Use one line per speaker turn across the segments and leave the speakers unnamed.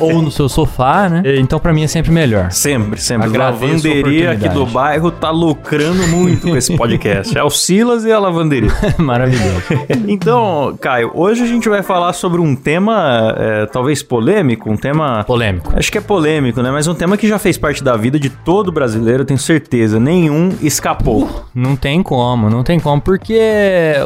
ou no seu sofá, né? Então, pra mim, é sempre melhor.
Sempre, sempre. A
Agradeço a
lavanderia aqui do
oportunidade.
bairro tá lucrando muito com esse podcast. É o Silas e a lavanderia.
é Maravilhoso.
Então, Caio, hoje a gente vai falar sobre um tema é, talvez polêmico, um tema.
Polêmico.
Acho que é polêmico, né? Mas um tema que já fez parte da vida de todo brasileiro, eu tenho certeza. Nenhum escapou.
Não tem como, não tem como, porque,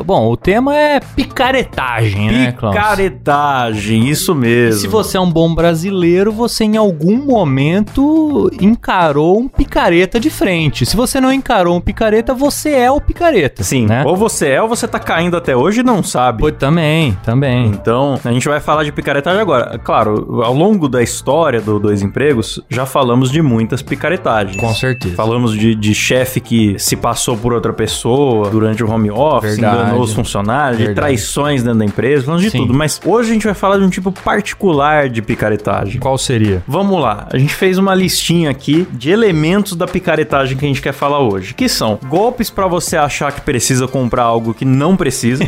bom, o tema é picaretagem, né, Klaus?
Picaretagem, isso mesmo.
Se você é um bom brasileiro, você em algum momento encarou um picareta de frente. Se você não encarou um picareta, você é o picareta.
Sim,
né?
ou você é ou você tá caindo até hoje e não sabe.
Pô, também, também.
Então, a gente vai falar de picaretagem agora. Claro, ao longo da história do Dois Empregos, já falamos de muitas picaretagens.
Com certeza.
Falamos de, de chefe que se passou por outra pessoa durante o home office,
Verdade.
enganou os funcionários, de
Verdade.
traições dentro da empresa, falamos de
Sim.
tudo. Mas hoje a gente vai falar de um tipo particular de picaretagem.
Qual seria?
Vamos lá, a gente fez uma listinha aqui de elementos da picaretagem que a gente quer falar hoje, que são golpes pra você achar que precisa comprar algo que não precisa.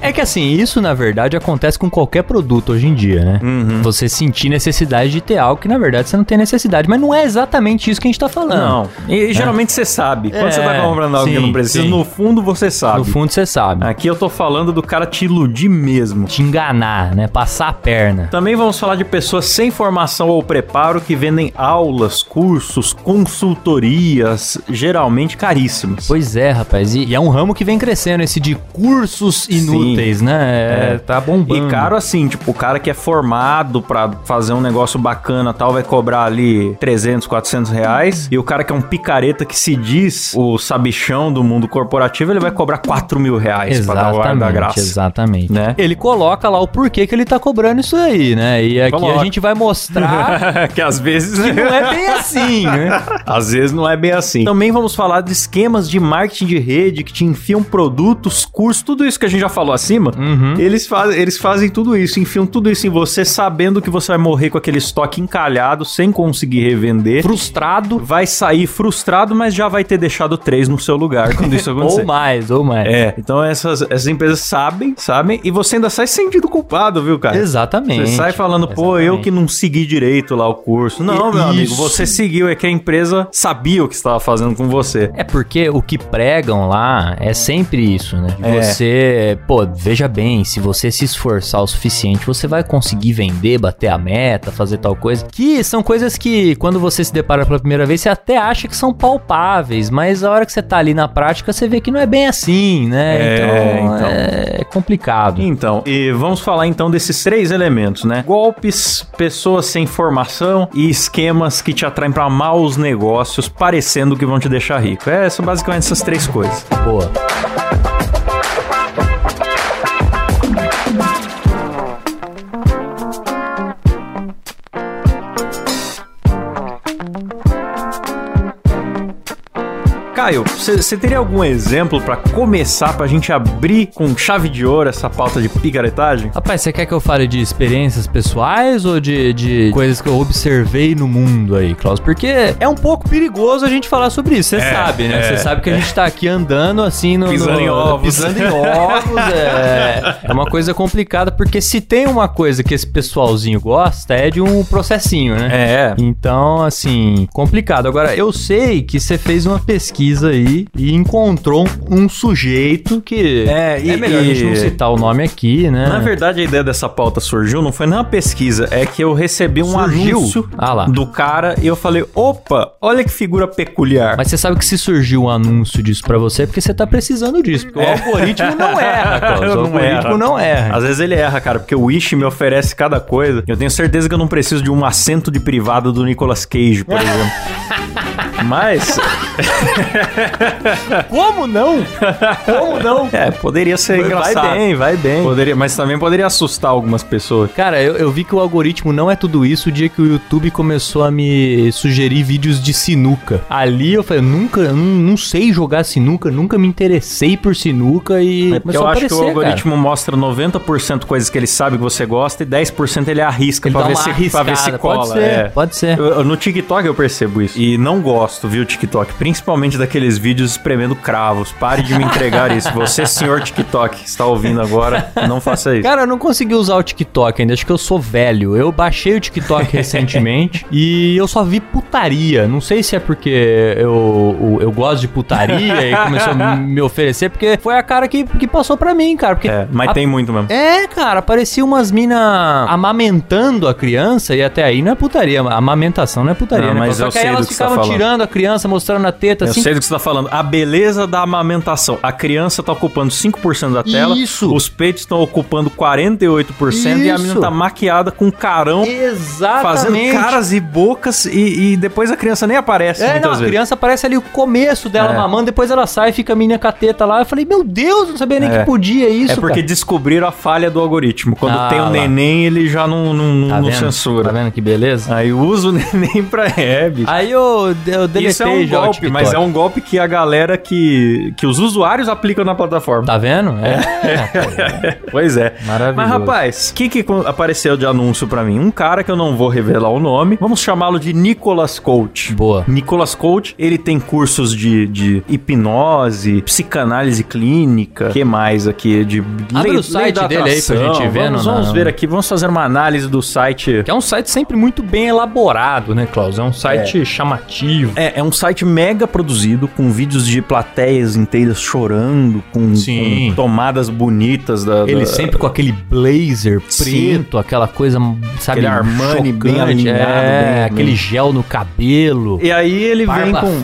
É que assim, isso na verdade acontece com qualquer produto hoje em dia, né?
Uhum.
Você sentir necessidade de ter algo que na verdade você não tem necessidade, mas não é exatamente isso que a gente tá falando.
Não. E geralmente você sabe. Quando
É,
você tá comprando algo que
sim,
não precisa,
sim.
no fundo você sabe. É.
No fundo você sabe.
Aqui eu tô falando do cara te iludir mesmo.
Te enganar, né? Passar a perna.
Também vamos falar de pessoas sem formação ou preparo que vendem aulas, cursos, consultorias, geralmente caríssimas.
Pois é, rapaz. E, e é um ramo que vem crescendo, esse de cursos inúteis, né? É, Tá bombando.
E caro assim, tipo, o cara que é formado pra fazer um negócio bacana tal, vai cobrar ali 300, 400 reais. E o cara que é um picareta que se diz o sabichão do mundo corporativo, ele vai cobrar 4 mil reais é pra dar o ar da
Exatamente,
graça.
exatamente.
Né?
Ele coloca lá o porquê que ele tá cobrando isso aí, né? E aqui
Coloca.
a gente vai mostrar
que às vezes
que não é bem assim, né?
Às vezes não é bem assim. Também vamos falar de esquemas de marketing de rede que te enfiam produtos, cursos, tudo isso que a gente já falou acima.
Uhum.
Eles, fazem, eles fazem tudo isso, enfiam tudo isso em você, sabendo que você vai morrer com aquele estoque encalhado, sem conseguir revender.
Frustrado
Vai sair frustrado, mas já vai ter deixado três no seu lugar quando isso acontecer.
ou mais, ou mais.
É, então essas, essas empresas sabem, sabem, e você ainda sai sentindo culpado, viu, cara?
Exatamente.
Você sai falando, pô, eu que não segui direito lá o curso. Não, meu amigo,
Isso.
você seguiu, é que a empresa sabia o que estava fazendo com você.
É porque o que pregam lá é sempre isso, né?
É.
Você, pô, veja bem, se você se esforçar o suficiente, você vai conseguir vender, bater a meta, fazer tal coisa. Que são coisas que, quando você se depara pela primeira vez, você até acha que são palpáveis, mas a hora que você tá ali na prática, você vê que não é bem assim, né?
É, então.
é complicado.
Então, e vamos falar então desses três elementos, né? Golpes, pessoas sem formação e esquemas que te atraem para maus negócios, parecendo que vão te deixar rico. É, são basicamente essas três coisas.
Boa.
Caio, você teria algum exemplo para começar pra gente abrir com chave de ouro essa pauta de picaretagem?
Rapaz, você quer que eu fale de experiências pessoais ou de, de coisas que eu observei no mundo aí, Klaus? Porque é um pouco perigoso a gente falar sobre isso, você sabe, né? Você sabe que a gente tá aqui andando assim no.
É, Pisando
no-
em ovos.
Pisando em ovos. é, é uma coisa complicada, porque se tem uma coisa que esse pessoalzinho gosta, é de um processinho, né?
É,
Então, assim, complicado. Agora, eu sei que você fez uma pesquisa aí e encontrou um, um sujeito que.
É, e-
melhor a gente
e-
não citar o nome aqui, né?
Na verdade, a ideia dessa pauta surgiu, não foi nem uma pesquisa, é que eu recebi um
Surgiu?
anúncio
Ah lá.
do cara e eu falei, opa, olha que figura peculiar.
Mas você sabe que se surgiu um anúncio disso pra você é porque você tá precisando disso. Porque o algoritmo não erra, cara. O
É. Não
algoritmo
erra.
não erra.
Às vezes ele erra, cara, porque o Wish me oferece cada coisa. Eu tenho certeza que eu não preciso de um assento de privado do Nicolas Cage, por exemplo. Mas,
Como não? Como não?
é, poderia ser
Vai
engraçado.
bem, vai bem.
Poderia, mas também poderia assustar algumas pessoas.
Cara, eu, eu vi que o algoritmo não é tudo isso o dia que o YouTube começou a me sugerir vídeos de sinuca. Ali eu falei, nunca, hum, não sei jogar sinuca, nunca me interessei por sinuca e
É porque eu
a
acho que o
aparecer, cara.
algoritmo mostra 90% coisas que ele sabe que você gosta e 10% ele arrisca
Ele
pra,
dá
ver
uma
se, pra ver se
arriscada.
cola.
Pode ser,
é.
pode ser.
Eu- eu- no TikTok eu percebo isso. E não gosto, viu, TikTok? Principalmente daqueles vídeos espremendo cravos. Pare de me entregar isso. Você, senhor TikTok, que está ouvindo agora, não faça isso.
Cara, eu não consegui usar o TikTok ainda, acho que eu sou velho. Eu baixei o TikTok recentemente e eu só vi putaria. Não sei se é porque eu, eu, eu gosto de putaria e começou a me oferecer, porque foi a cara que, que passou pra mim, cara. Porque
É, mas
a-
tem muito mesmo.
É, cara, parecia umas mina amamentando a criança e até aí não é putaria, amamentação não é putaria,
Não,
né?
mas
Só
eu
que aí
sei do
elas
que você tá
ficavam
falando.
tirando a criança, mostrando a teta,
Eu
assim.
sei do que você tá falando. A beleza da amamentação. A criança tá ocupando 5% da tela.
Isso.
Os peitos estão ocupando 48% e a menina
Isso.
tá maquiada com carão.
Exatamente.
Fazendo caras e bocas e, e depois a criança nem aparece
É,
muitas
não, a
vezes.
criança aparece ali o começo dela
É.
mamando, depois ela sai e fica a menina com a teta lá. Eu falei, meu Deus, não sabia nem
É.
que podia isso,
é porque
cara.
descobriram a falha do algoritmo. Quando
Ah,
tem o
lá.
neném, ele já não, não,
Tá
não
vendo?
censura.
Tá vendo que beleza?
Aí usa o neném pra é, bicho.
Aí eu, eu deletei
Isso é um
já o
golpe,
TikTok.
mas é um golpe que a galera que, que os usuários aplicam na plataforma.
Tá vendo? É.
Pois é.
Maravilhoso.
Mas, rapaz, o que, que co- apareceu de anúncio pra mim? Um cara que eu não vou revelar o nome. Vamos chamá-lo de Nicolas Coach.
Boa.
Nicolas Coach, ele tem cursos de, de hipnose, psicanálise clínica, que mais aqui? De
Abre o site
da
dele aí pra
atração.
gente ver,
Vamos,
não,
vamos
não.
ver aqui, vamos fazer uma análise do site.
Que é um site sempre muito bem elaborado, né, Klaus? É um site chamativo.
É, é um site mega produzido, com vídeos de plateias inteiras chorando, com,
Sim.
com tomadas bonitas da.
Ele
da-
sempre com aquele blazer preto,
Sim.
aquela coisa, sabe,
Aquele Armani bem
chocante,
alinhado,
é,
bem-
aquele
bem-
gel no cabelo,
E aí ele vem
barba
com.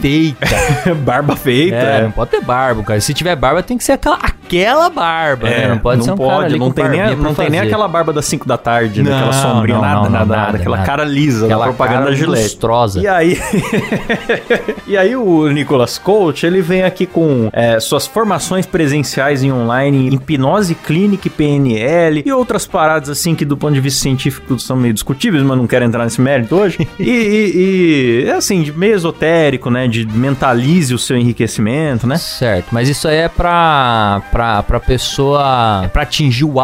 feita.
barba feita.
É,
é.
não pode ter barba, cara. Se tiver barba, tem que ser aquela, aquela barba, né? Não pode ser um cara ali
É, não
com
tem nem,
barbinha pra
não tem nem
fazer.
aquela barba das 5 da tarde, né?
Não,
aquela sombrinha,
não,
nada,
não,
nada,
nada,
nada, aquela
nada.
cara lisa
aquela
da propaganda
cara
Gillette.
lustrosa.
E aí, e aí o Nicolas Coach, ele vem aqui com é, suas formações presenciais em online, em hipnose clínica e PNL e outras paradas assim que do ponto de vista científico são meio discutíveis, mas não quero entrar nesse mérito hoje. E, e- e, é assim, de meio esotérico, né, de mentalize o seu enriquecimento, né?
Certo, mas isso aí é pra, pra, pra pessoa, é pra atingir o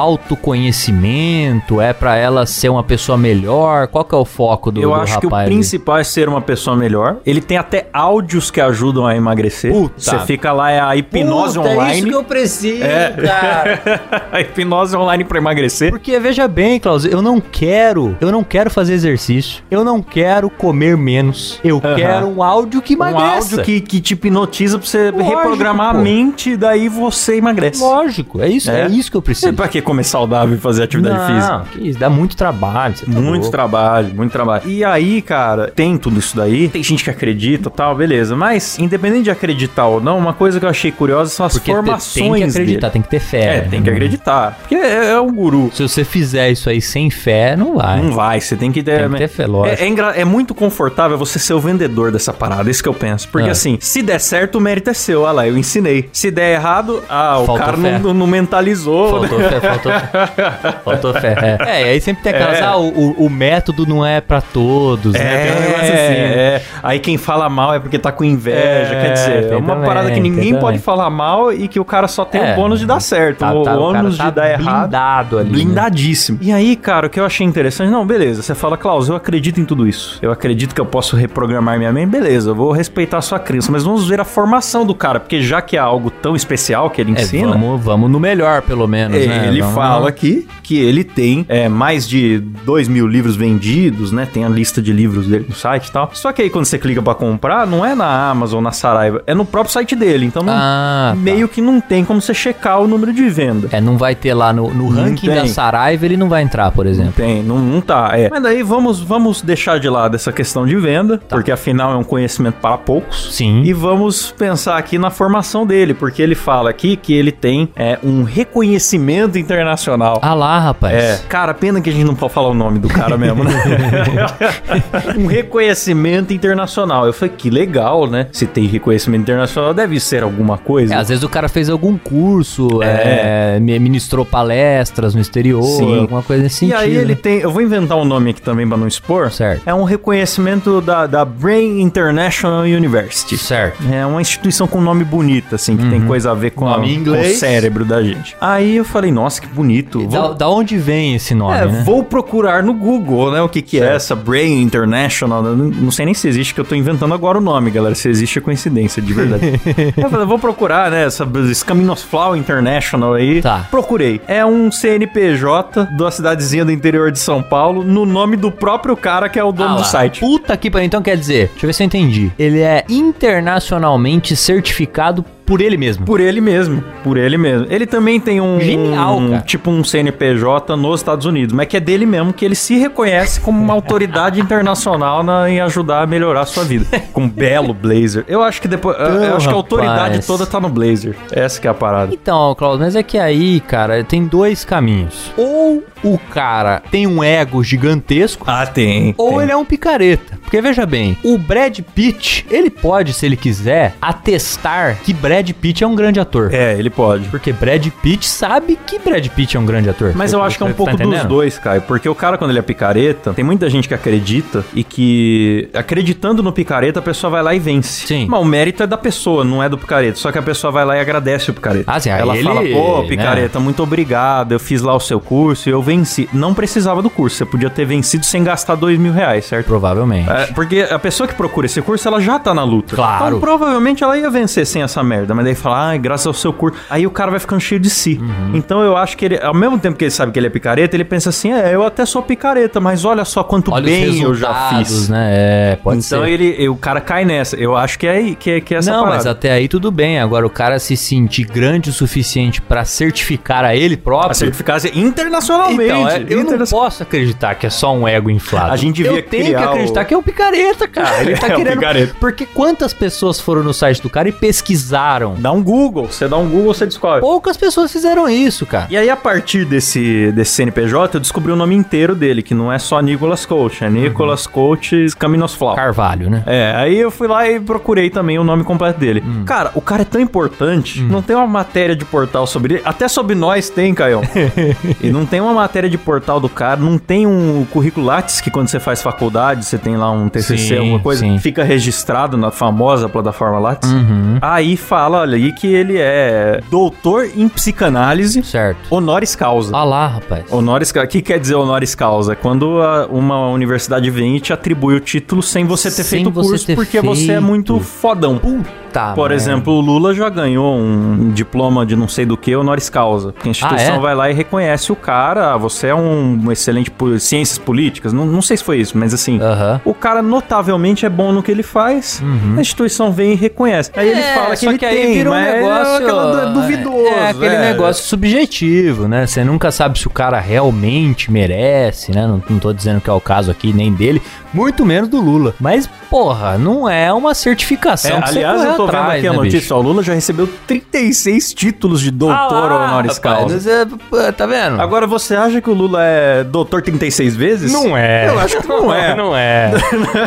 autoconhecimento, é pra ela ser uma pessoa melhor, qual que é o foco do,
Eu
do
acho que o
rapaz ali?
principal é ser uma pessoa melhor. Ele tem até áudios que ajudam a emagrecer.
Puta.
Você fica lá, é a hipnose
Puta,
online.
É isso que eu preciso,
É.
cara.
a hipnose online pra emagrecer.
Porque veja bem, Klaus, eu não quero, eu não quero fazer exercício, eu não quero comer menos, eu quero um áudio que emagreça.
Um áudio que, que te hipnotiza pra você
Lógico,
reprogramar
pô.
a mente e daí você emagrece.
Lógico, é isso, é,
É.
isso que eu preciso.
É pra que comer saudável e fazer atividade
não,
física?
que isso, dá muito trabalho. você tá
Muito
louco.
trabalho, muito trabalho. E aí, cara, tem tudo isso daí. Tem gente que acredita e tal, beleza. Mas, independente de acreditar ou não, uma coisa que eu achei curiosa são as
Porque te-
formações
tem que acreditar,
dele.
tem que ter fé.
É, tem que
Não-
acreditar. Porque é, é um guru.
Se você fizer isso aí sem fé, não vai.
Não vai, você tem que ter.
Tem que ter fé, lógico.
É, é engra- é muito confortável você ser o vendedor dessa parada, isso que eu penso. Porque
Ah.
assim, se der certo, o mérito é seu. Olha lá, eu ensinei. Se der errado, ah, o
Faltou
cara
fé.
não, não- não mentalizou. né?
Faltou fé, faltou fé. Faltou fé. É, É, e aí sempre tem aquelas, ah, o, o- o método não é pra todos, né? Tem um negócio assim, né?
é. Aí quem fala mal é porque tá com inveja.
É,
quer dizer, é
tem
uma
também,
parada que ninguém
tem
pode
também.
falar mal e que o cara só tem
É.
o bônus de dar certo.
Tá-
o
tá- o cara
bônus
tá
de dar errado.
blindado ali, né?
Blindadíssimo. E aí, cara, o que eu achei interessante. Não, beleza. Você fala, Klaus, eu acredito em tudo isso. Eu acredito que eu posso reprogramar minha mente. Beleza, eu vou respeitar a sua crença. Mas vamos ver a formação do cara. Porque já que é algo tão especial que ele
É,
ensina. China.
Vamos, vamos no melhor, pelo menos,
É,
né?
ele
Vamos-
fala aqui que ele tem é, mais de 2 mil livros vendidos, né? Tem a lista de livros dele no site e tal. Só que aí quando você clica pra comprar, não é na Amazon, na Saraiva, é no próprio site dele. Então não-
Ah, tá.
meio que não tem como você checar o número de venda.
É, não vai ter lá no, no
Não
ranking
tem.
da Saraiva, ele não vai entrar, por
Não
exemplo.
tem, não, não tá. É. Mas daí vamos, vamos deixar de lado essa questão de venda,
Tá.
porque afinal é um conhecimento para poucos.
Sim.
E vamos pensar aqui na formação dele, porque ele fala aqui que ele tem é, um reconhecimento internacional.
Ah lá, rapaz.
É, cara, pena que a gente não pode falar o nome do cara mesmo, né? um reconhecimento internacional. Eu falei, que legal, né? Se tem reconhecimento internacional, deve ser alguma coisa.
É, às vezes o cara fez algum curso,
É.
é, mi- ministrou palestras no exterior,
Sim.
alguma coisa nesse
e
sentido.
aí ele
né?
tem. Eu vou inventar um nome aqui também pra não expor.
Certo.
É um reconhecimento da, da Brain International University.
Certo. Uhum.
É uma instituição com nome bonito, assim, que tem coisa a ver com, a-
Nome em
com o
inglês.
cérebro da gente. Aí eu falei, nossa, que bonito.
Da,
Vou-
da onde vem esse nome,
É,
né?
vou procurar no Google, né? O que, que é essa Brain International. eu Não não sei nem se existe, que eu tô inventando agora o nome, galera. Se existe é coincidência, de verdade. eu falei, vou procurar, né? Essa Scaminosflow International aí.
Tá.
Procurei. É um CNPJ da cidadezinha do interior de São Paulo, no nome do próprio cara que é o dono
Ah
do
lá.
site.
Puta que pariu. Então quer dizer, deixa eu ver se eu entendi. Ele é internacionalmente certificado por ele mesmo.
Por ele mesmo, por ele mesmo. Ele também tem um.
Genial,
um-
cara.
Tipo um CNPJ nos Estados Unidos, mas que é dele mesmo, que ele se reconhece como uma autoridade internacional na- em ajudar a melhorar a sua vida. Com um belo blazer. Eu acho que depois. eu acho que a autoridade
rapaz.
toda tá no blazer. Essa que é a parada.
Então, Claudio, mas é que aí, cara, tem dois caminhos. Ou o cara tem um ego gigantesco,
Ah, tem.
Ou ele é um picareta. Porque veja bem, o Brad Pitt, ele pode, se ele quiser, atestar que Brad Pitt é um grande ator.
É, ele pode.
Porque Brad Pitt sabe que Brad Pitt é um grande ator.
Mas eu acho que é um
Tá
pouco dos
entendendo?
dois, Caio. Porque o cara, quando ele é picareta, tem muita gente que acredita e que, acreditando no picareta, a pessoa vai lá e vence.
Sim.
Mas o mérito é da pessoa, não é do picareta. Só que a pessoa vai lá e agradece o picareta.
Ah, sim, aí
Ela
ele-
fala, pô,
né?
picareta, muito obrigado, eu fiz lá o seu curso e eu venci. Não precisava do curso, você podia ter vencido sem gastar dois mil reais, certo?
Provavelmente.
É, porque a pessoa que procura esse curso, ela já tá na luta.
Claro.
Então, provavelmente ela ia vencer sem essa merda. Mas daí fala, ah, graças ao seu curso. Aí o cara vai ficando cheio de si.
Uhum.
Então eu acho que ele, ao mesmo tempo que ele sabe que ele é picareta, ele pensa assim: é, eu até sou picareta, mas olha só quanto
Olha os
bem eu
resultados,
já fiz.
né? É, pode
então
ser.
ele, e o cara cai nessa. Eu acho que é, aí- que é, que é essa
Não,
parada.
mas até aí tudo bem. Agora o cara se sentir grande o suficiente pra certificar a ele
A
próprio.
certificância internacionalmente.
Então, é- eu não
Interna-
posso acreditar que é só um ego inflado.
A gente devia
eu tenho que
criar
acreditar
o-
que é um picareta, cara. Ele tá
É um
querendo.
picareta.
Porque quantas pessoas foram no site do cara e pesquisaram?
Dá um Google. Você dá um Google, você descobre.
Poucas pessoas fizeram isso, cara.
E aí, a partir desse, desse CNPJ, eu descobri o nome inteiro dele, que não é só Nicolas Coach, é
Uhum.
Nicolas Coach Caminosflow.
Carvalho, né?
é, aí eu fui lá e procurei também o nome completo dele.
Hum.
Cara, o cara é tão importante, não tem uma matéria de portal sobre ele. Até sobre nós tem, Caio. e não tem uma matéria de portal do cara, não tem um currículo Lattes, que quando você faz faculdade, você tem lá um TCC,
Sim,
alguma coisa,
sim. Hum.
fica registrado na famosa plataforma Lattes. Aí fala, olha, aí que ele é doutor em psicanálise
Certo.
honoris causa.
Olha lá, rapaz.
Honoris causa. O que quer dizer honoris causa? É Quando a- uma universidade vem e te atribui o título sem você ter
Sem
feito o
você
curso,
ter
porque você é
feito.
muito fodão.
Puta.
Por
merda.
exemplo, o Lula já ganhou um diploma de não sei do que, honoris causa. Porque a instituição
Ah, é?
vai lá e reconhece o cara, ah, você é um excelente por ciências políticas. Não, não sei se foi isso, mas assim.
né? Aham.
O cara notavelmente é bom no que ele faz, a instituição vem e reconhece. Aí ele
Uhum. É,
fala que
só
ele
que aí
tem,
vira um
mas é
negócio
aquela du- duvidoso.
É aquele
é.
negócio subjetivo, né? Você nunca sabe se o cara realmente merece, né? Não, não tô dizendo que é o caso aqui nem dele, muito menos do Lula. Mas porra, não é uma certificação.
É,
que
aliás,
você
eu tô
corre atrás,
vendo aqui a
né,
notícia.
bicho?
ó, O Lula já recebeu 36 títulos de doutor
Ah lá,
honoris
rapaz,
causa.
mas é- pô, tá vendo?
Agora, você acha que o Lula é doutor 36 vezes?
é.
Eu acho que não é.
Não é.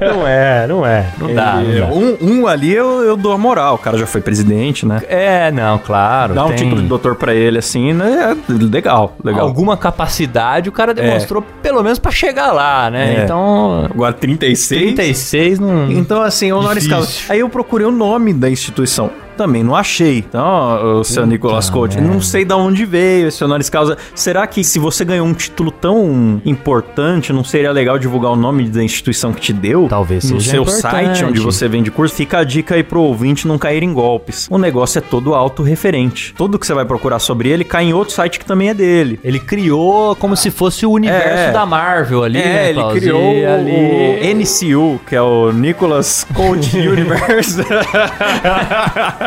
não é, não é. Não dá.
Ele-
não dá.
um, um ali eu, eu dou a moral. O cara já foi presidente, né?
É, não, claro.
Dá um
tem-
título de doutor pra ele, assim, né? É legal, legal.
Alguma capacidade o cara demonstrou, pelo menos pra chegar lá, né?
É.
Então,
Agora, 36?
36 não.
Então, assim, honoris
Uhum. Difícil.
causa. Aí eu procurei o nome da instituição. Também não achei. Então, o seu
Puta
Nicolas Couto,
merda.
não sei de onde veio esse honoris causa. Será que se você ganhou um título tão importante, não seria legal divulgar o nome da instituição que te deu?
Talvez
No
seja
seu
importante.
site onde você vende curso, fica a dica aí pro ouvinte não cair em golpes. O negócio é todo autorreferente. Tudo que você vai procurar sobre ele cai em outro site que também é dele.
Ele criou como se fosse o universo
É.
da Marvel ali, né,
é, ele
Klaus?
criou
E ali...
o NCU, que é o Nicholas Cold Universe.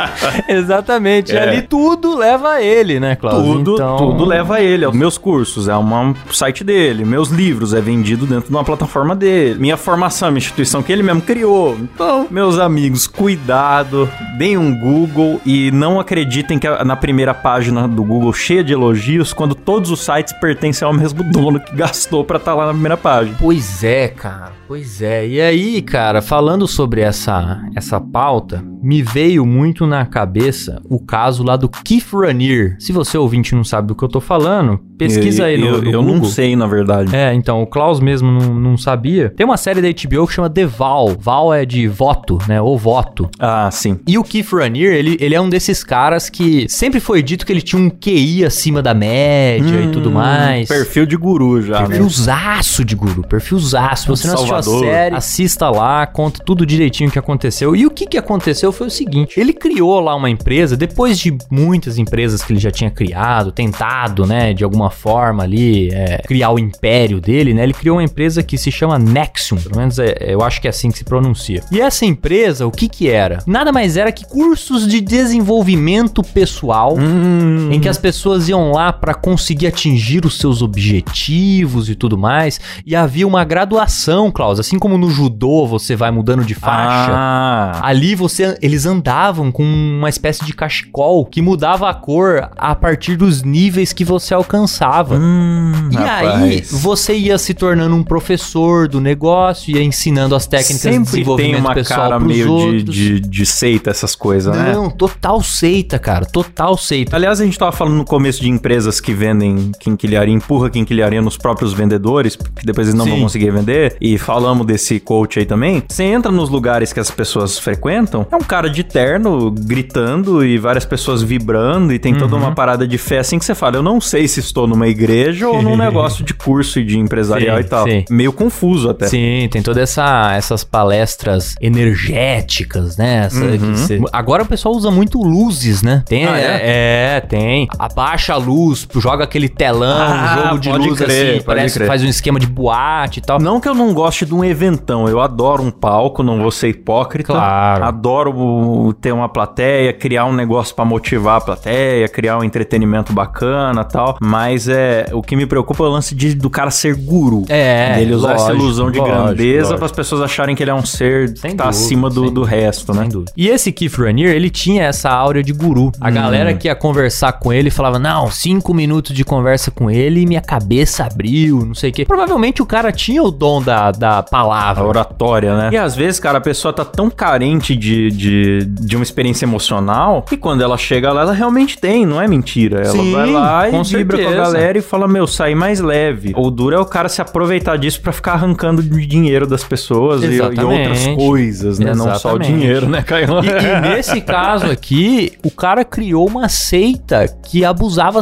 Exatamente. E
É.
ali tudo leva a ele, né, Klaus?
Tudo,
Então-
tudo leva a ele. aos Meus cursos é uma- um site dele. Meus livros é vendido dentro de uma plataforma dele. Minha formação, é uma instituição que ele mesmo criou. Então, meus amigos, cuidado. Deem um Google e não acreditem que a- na primeira página do Google cheia de elogios, quando todos os sites pertencem ao mesmo dono que gastou pra estar lá na primeira página.
Pois é, cara. Pois é. E aí, cara, falando sobre essa essa pauta, me veio muito na cabeça o caso lá do Keith Raniere. Se você ouvinte não sabe do que eu tô falando, pesquisa
E-
aí no,
eu,
no
eu
Google.
não sei, na verdade.
É, então, o Klaus mesmo não, não sabia. Tem uma série da HBO que chama The Val. Val é de voto, né? Ou voto.
Ah, sim.
E o Keith Raniere, ele, ele é um desses caras que sempre foi dito que ele tinha um QI acima da média e tudo mais.
Hum, Perfil de guru já. né?
Perfilzaço de guru, perfilzaço. Se você não assistiu a
Salvador.
série, assista lá, conta tudo direitinho o que aconteceu. E o que, que aconteceu foi o seguinte: ele criou lá uma empresa, depois de muitas empresas que ele já tinha criado, tentado, né, de alguma forma ali, é, criar o império dele, né? Ele criou uma empresa que se chama Nexium, pelo menos é- eu acho que é assim que se pronuncia. E essa empresa, o que que era? Nada mais era que cursos de desenvolvimento pessoal
Hum,
em que as pessoas iam lá pra conseguir atingir os seus objetivos e tudo mais. E havia uma graduação, Klaus. Assim como no judô você vai mudando de faixa.
Ah,
Ali você, eles andavam com uma espécie de cachecol que mudava a cor a partir dos níveis que você alcançava.
Hum,
E aí,
rapaz.
você ia se tornando um professor do negócio, ia ensinando as técnicas de
Sempre
desenvolvimento
tem uma
pessoal
cara
pros
meio de,
outros.
de, de seita essas coisas, né?
Não, total seita, cara, total seita.
Aliás, a gente tava falando no começo de empresas que vendem quinquilharia, empurra quinquilharia nos próprios vendedores, porque depois eles não vão
Sim.
conseguir vender, e falamos desse coach aí também. Você entra nos lugares que as pessoas frequentam, é um cara de terno, gritando, e várias pessoas vibrando, e tem
Uhum.
toda uma parada de fé, assim que você fala, eu não sei se estou numa igreja ou num negócio de curso e de empresarial
Sim,
e tal.
sim.
Meio confuso até.
Sim, tem todas essa, essas palestras energéticas, né?
Uhum.
Essa- que cê- Agora o pessoal usa muito luzes, né? Tem,
Ah,
é? é, tem. Abaixa a luz, joga aquele telão,
Ah,
jogo de
pode
luz
crer,
assim,
pode
parece que
crer.
faz um esquema de boate e tal.
Não que eu não goste de um eventão, eu adoro um palco, não vou ser hipócrita.
Claro.
Adoro o- o ter uma plateia, criar um negócio pra motivar a plateia, criar um entretenimento bacana e tal. Mas é o que me preocupa é o lance de, do cara ser guru.
É,
Ele usar essa
lógico,
ilusão de
lógico,
grandeza
lógico.
para as pessoas acharem que ele é um ser que
Sem
tá
dúvida,
acima do,
sem
do resto, né?
Sem dúvida. E esse Keith Raniere, ele tinha essa áurea de guru.
Hum.
A galera que ia conversar com ele falava, não, cinco minutos de conversa com ele e minha cabeça abriu, não sei o quê. Provavelmente o cara tinha o dom da, da
A
palavra.
oratória, né? E às vezes, cara, a pessoa tá tão carente de, de, de uma experiência emocional que quando ela chega lá, ela realmente tem, não é mentira. Ela
Sim,
vai lá e
com
vibra com a
certeza.
galera e fala, meu, sai mais leve. O duro é o cara se aproveitar disso pra ficar arrancando de dinheiro das pessoas e, e outras
Exatamente.
coisas, né? Não só o
Exatamente.
dinheiro, né, Caio?
E, e nesse caso aqui, o cara criou uma seita que abusava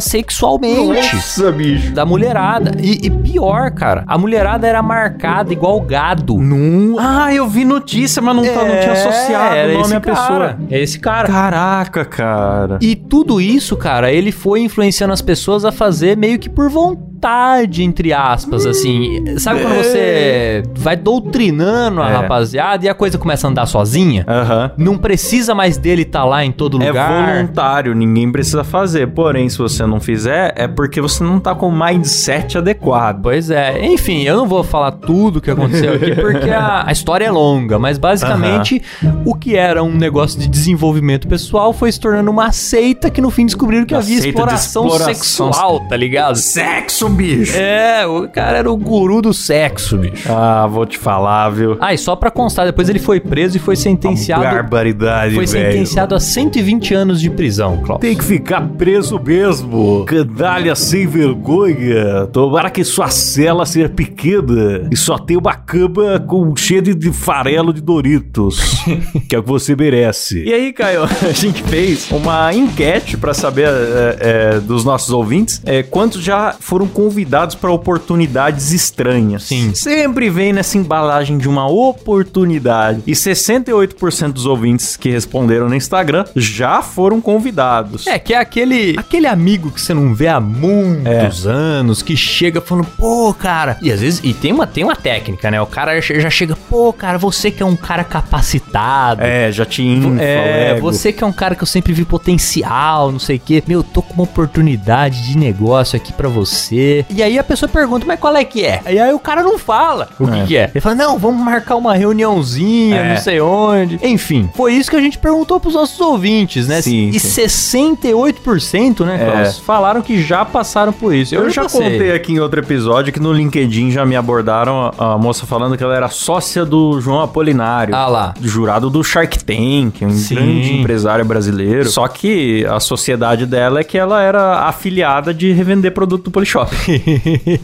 sexualmente
Nossa, bicho.
da mulherada. E, e pior, cara, a mulherada era marcada igual gado.
Não... Ah, eu vi notícia, mas não, tá- não tinha associado o nome à pessoa.
É esse É, cara.
Caraca, cara.
E tudo isso, cara, ele foi influenciando as pessoas a fazer meio que por vontade, entre aspas, assim. Sabe quando você vai doutrinando a
É.
rapaziada e a coisa começa a andar sozinha?
Aham.
Não precisa mais dele estar lá em todo
É
lugar.
voluntário, ninguém precisa fazer. Porém, se você não fizer, é porque você não tá com o mindset adequado.
Pois é, enfim, eu não vou falar tudo o que aconteceu aqui porque a, a história é longa, mas basicamente o que era um negócio de desenvolvimento pessoal foi se tornando uma seita que no fim descobriram que
Uma
havia
seita de
exploração,
exploração.
sexual, tá ligado?
Sexo, um bicho.
É, o cara era o guru do sexo, bicho.
Ah, vou te falar, viu?
Ah, e só pra constar, depois ele foi preso e foi sentenciado.
Barbaridade,
Foi
velho.
sentenciado a 120 anos de prisão, Klaus.
Tem que ficar preso mesmo. Canalha sem vergonha. Tomara que sua cela seja pequena e só tenha uma cama com cheia de, de farelo de Doritos. que é o que você merece.
E aí, Caio, a gente fez uma enquete pra saber é, é, dos nossos ouvintes é, quantos já foram convidados pra oportunidades estranhas.
Sim.
Sempre vem nessa embalagem de uma oportunidade. E 68% dos ouvintes que responderam no Instagram já foram convidados.
É, que é aquele, aquele amigo que você não vê há muitos anos, que chega falando, pô, cara. E às vezes, e tem uma, tem uma técnica, né? O cara che- já chega, pô, cara, você que é um cara capacitado.
É, já tinha info,
É,
ego.
você que é um cara que eu sempre vi potencial, não sei o quê. Meu, tô com uma oportunidade de negócio aqui pra você. E aí a pessoa pergunta, mas qual é que é? E aí o cara não fala o que,
É.
que é. Ele fala, não, vamos marcar uma reuniãozinha,
É.
não sei onde. Enfim, foi isso que a gente perguntou pros nossos ouvintes, né?
Sim,
e 68%, né,
É.
Klaus, falaram que já passaram por isso.
Eu
não
já
passei.
contei aqui em outro episódio que no LinkedIn já me abordaram a, a moça falando que ela era sócia do João Apolinário.
Ah lá.
Jurado do Shark Tank, um
Sim.
grande empresário brasileiro. Só que a sociedade dela é que ela era afiliada de revender produto do Polishop.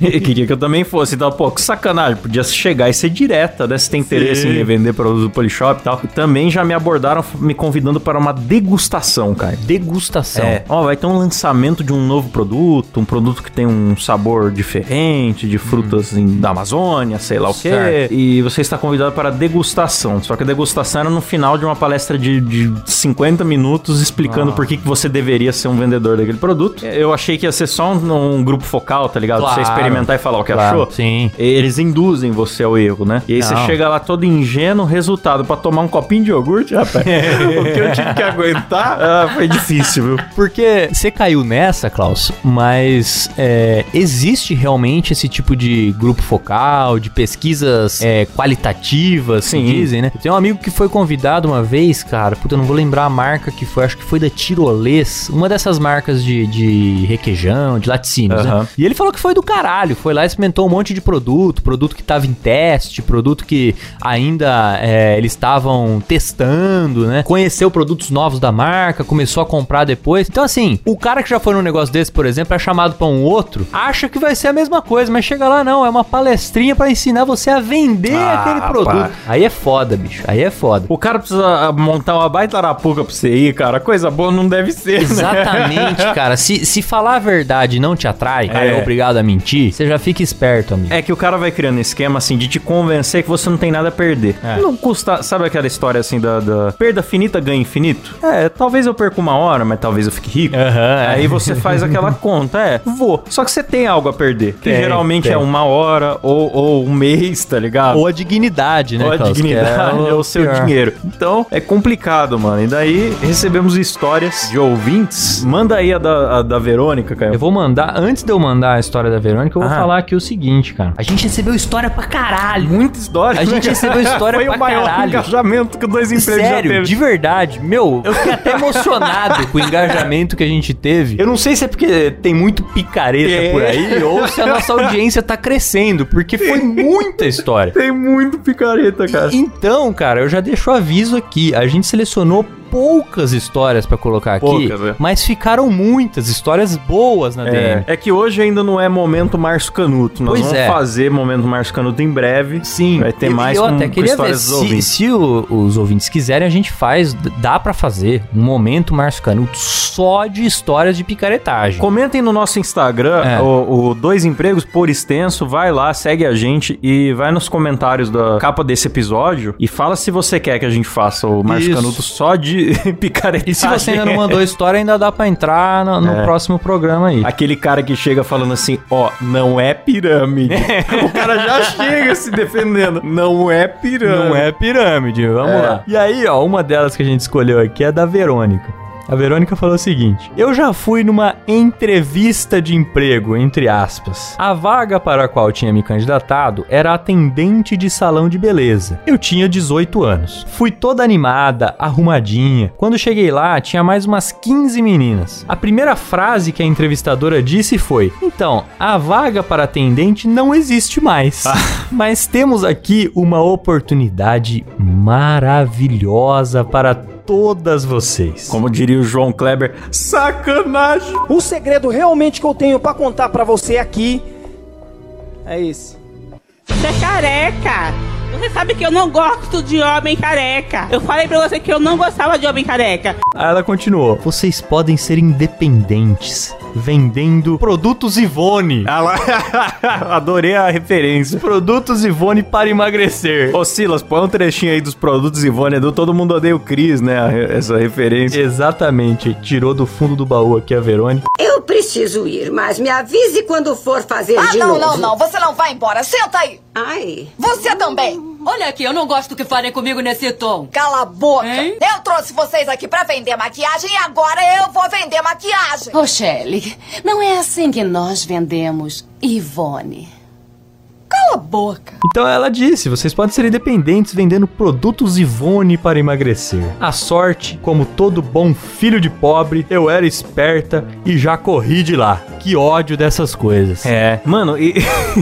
E queria que eu também fosse. Então, pô, que sacanagem. Podia chegar e ser direta, né? Se tem interesse
Sim.
em revender produto do Polishop e tal. E também já me abordaram f- me convidando para uma degustação, cara.
Degustação.
É. Ó, vai ter um lançamento de um novo produto, um produto que tem um sabor diferente, de frutas em- da Amazônia, sei lá o quê.
Certo.
E você está convidado para degustação. Só que a degustação era no final de uma palestra de, de 50 minutos explicando por que, que você deveria ser um vendedor daquele produto. Eu achei que ia ser só um, um grupo focal, tá ligado? Pra você
Claro.
experimentar e falar o que
Claro,
achou.
Sim.
Eles induzem você ao erro, né? E aí você
Não.
chega lá todo ingênuo, resultado, pra tomar um copinho de iogurte, rapaz. o que eu tive que aguentar ah, foi difícil, viu?
Porque você caiu nessa, Klaus, mas é, existe realmente esse tipo de grupo focal, de pesquisas é, qualitativas,
Sim.
que dizem, né? Tem um amigo que foi convidado uma vez, cara, puta, eu não vou lembrar a marca que foi, acho que foi da Tirolês, uma dessas marcas de, de requeijão, de laticínios, né?
Aham.
E ele falou que foi do caralho, foi lá, experimentou um monte de produto, produto que tava em teste, produto que ainda é, eles estavam testando, né? Conheceu produtos novos da marca, começou a comprar depois. Então, assim, o cara que já foi num negócio desse, por exemplo, é chamado pra um outro, acha que vai ser a mesma coisa, mas chega lá, não, é uma palestrinha pra ensinar você a vender
Ah,
aquele produto.
pá.
Aí é foda, bicho, aí é foda.
O cara precisa montar uma baita arapuca pra você ir, cara. Coisa boa não deve ser, né?
Exatamente, cara. Se, se falar a verdade não te atrai, é.
É.
obrigado a mentir, você já fica esperto, amigo.
É que o cara vai criando esquema, assim, de te convencer que você não tem nada a perder.
É.
Não custa... Sabe aquela história, assim, da, da perda finita, ganho infinito? É, talvez eu perca uma hora, mas talvez eu fique rico.
é.
Aí você faz aquela conta, é, vou. Só que você tem algo a perder. Que
Tem,
geralmente
tem.
é uma hora ou, ou um mês, tá ligado?
É. Ou a dignidade, né?
Ou a
Klaus? Que
dignidade
é
ou o seu
pior.
dinheiro. Então, é complicado, mano. E daí, recebemos histórias de ouvintes. Manda aí a da, a da Verônica, Caio.
Eu vou mandar, antes de eu mandar a história da Verônica, eu vou
Ah.
falar aqui o seguinte, cara. A gente recebeu história pra caralho.
Muita história.
A gente recebeu história
Foi
pra
o maior
caralho.
engajamento que dois empregos já
Sério,
teve.
de verdade, meu, eu fiquei até emocionado com o engajamento que a gente teve. Eu não sei se é porque tem muito picareta
É.
por aí ou se a nossa audiência tá crescendo, porque foi muita história.
Tem muito picareta, cara.
Então, cara, eu já deixo o aviso aqui. A gente selecionou poucas histórias pra colocar aqui,
Poucas, é.
mas ficaram muitas histórias boas na DM.
É, é que hoje ainda não é momento Márcio Canuto. Nós
Pois
vamos
é.
fazer momento Márcio Canuto em breve.
Sim.
Vai ter
E-
mais
e eu
com-
até
com
queria ver
histórias dos
se,
ouvintes.
se o- os ouvintes quiserem, a gente faz, d- dá pra fazer um momento Márcio Canuto só de histórias de picaretagem.
Comentem no nosso Instagram,
É.
o, o Dois Empregos por Extenso. Vai lá, segue a gente e vai nos comentários da capa desse episódio e fala se você quer que a gente faça o Márcio
Isso.
Canuto só de picaretagem. É.
E se você ainda não mandou história, ainda dá pra entrar no, no próximo programa aí.
Aquele cara que chega falando assim, ó, não é pirâmide.
É.
o cara já chega se defendendo. Não é pirâmide.
pirâmide, vamos
É.
E aí, ó, uma delas que a gente escolheu aqui é da Verônica.
A Verônica falou o seguinte: Eu já fui numa entrevista de emprego, entre aspas. A vaga para a qual tinha me candidatado era atendente de salão de beleza. Eu tinha 18 anos. Fui toda animada, arrumadinha. Quando cheguei lá, tinha mais umas 15 meninas. A primeira frase que a entrevistadora disse foi: Então, a vaga para atendente não existe mais. Mas temos aqui uma oportunidade maravilhosa para todas vocês.
Como diria o João Kleber, sacanagem!
O segredo realmente que eu tenho pra contar pra você aqui é esse.
Você é careca! Você sabe que eu não gosto de homem careca. Eu falei pra você que eu não gostava de homem careca.
Aí ela continuou: Vocês podem ser independentes vendendo produtos Ivone. Ah, lá. Adorei a referência. Produtos Ivone para emagrecer. Ô Silas, põe um trechinho aí dos produtos Ivone é do Todo Mundo Odeia o Cris, né? Essa referência. Exatamente. Tirou do fundo do baú aqui a Verônica.
Eu preciso ir, mas me avise quando for fazer
Ah,
de
não,
novo.
não, não. Você não vai embora. Senta aí.
Ai,
Você também.
Olha aqui, eu não gosto que falem comigo nesse tom.
Cala a boca.
Hein?
Eu trouxe vocês aqui pra vender maquiagem e agora eu vou vender maquiagem.
Ô, Shelley, não é assim que nós vendemos Ivone.
Cala a boca.
Então ela disse: vocês podem ser independentes vendendo produtos Ivone para emagrecer. A sorte, como todo bom filho de pobre, eu era esperta e já corri de lá. Que ódio dessas coisas. É. Mano, e.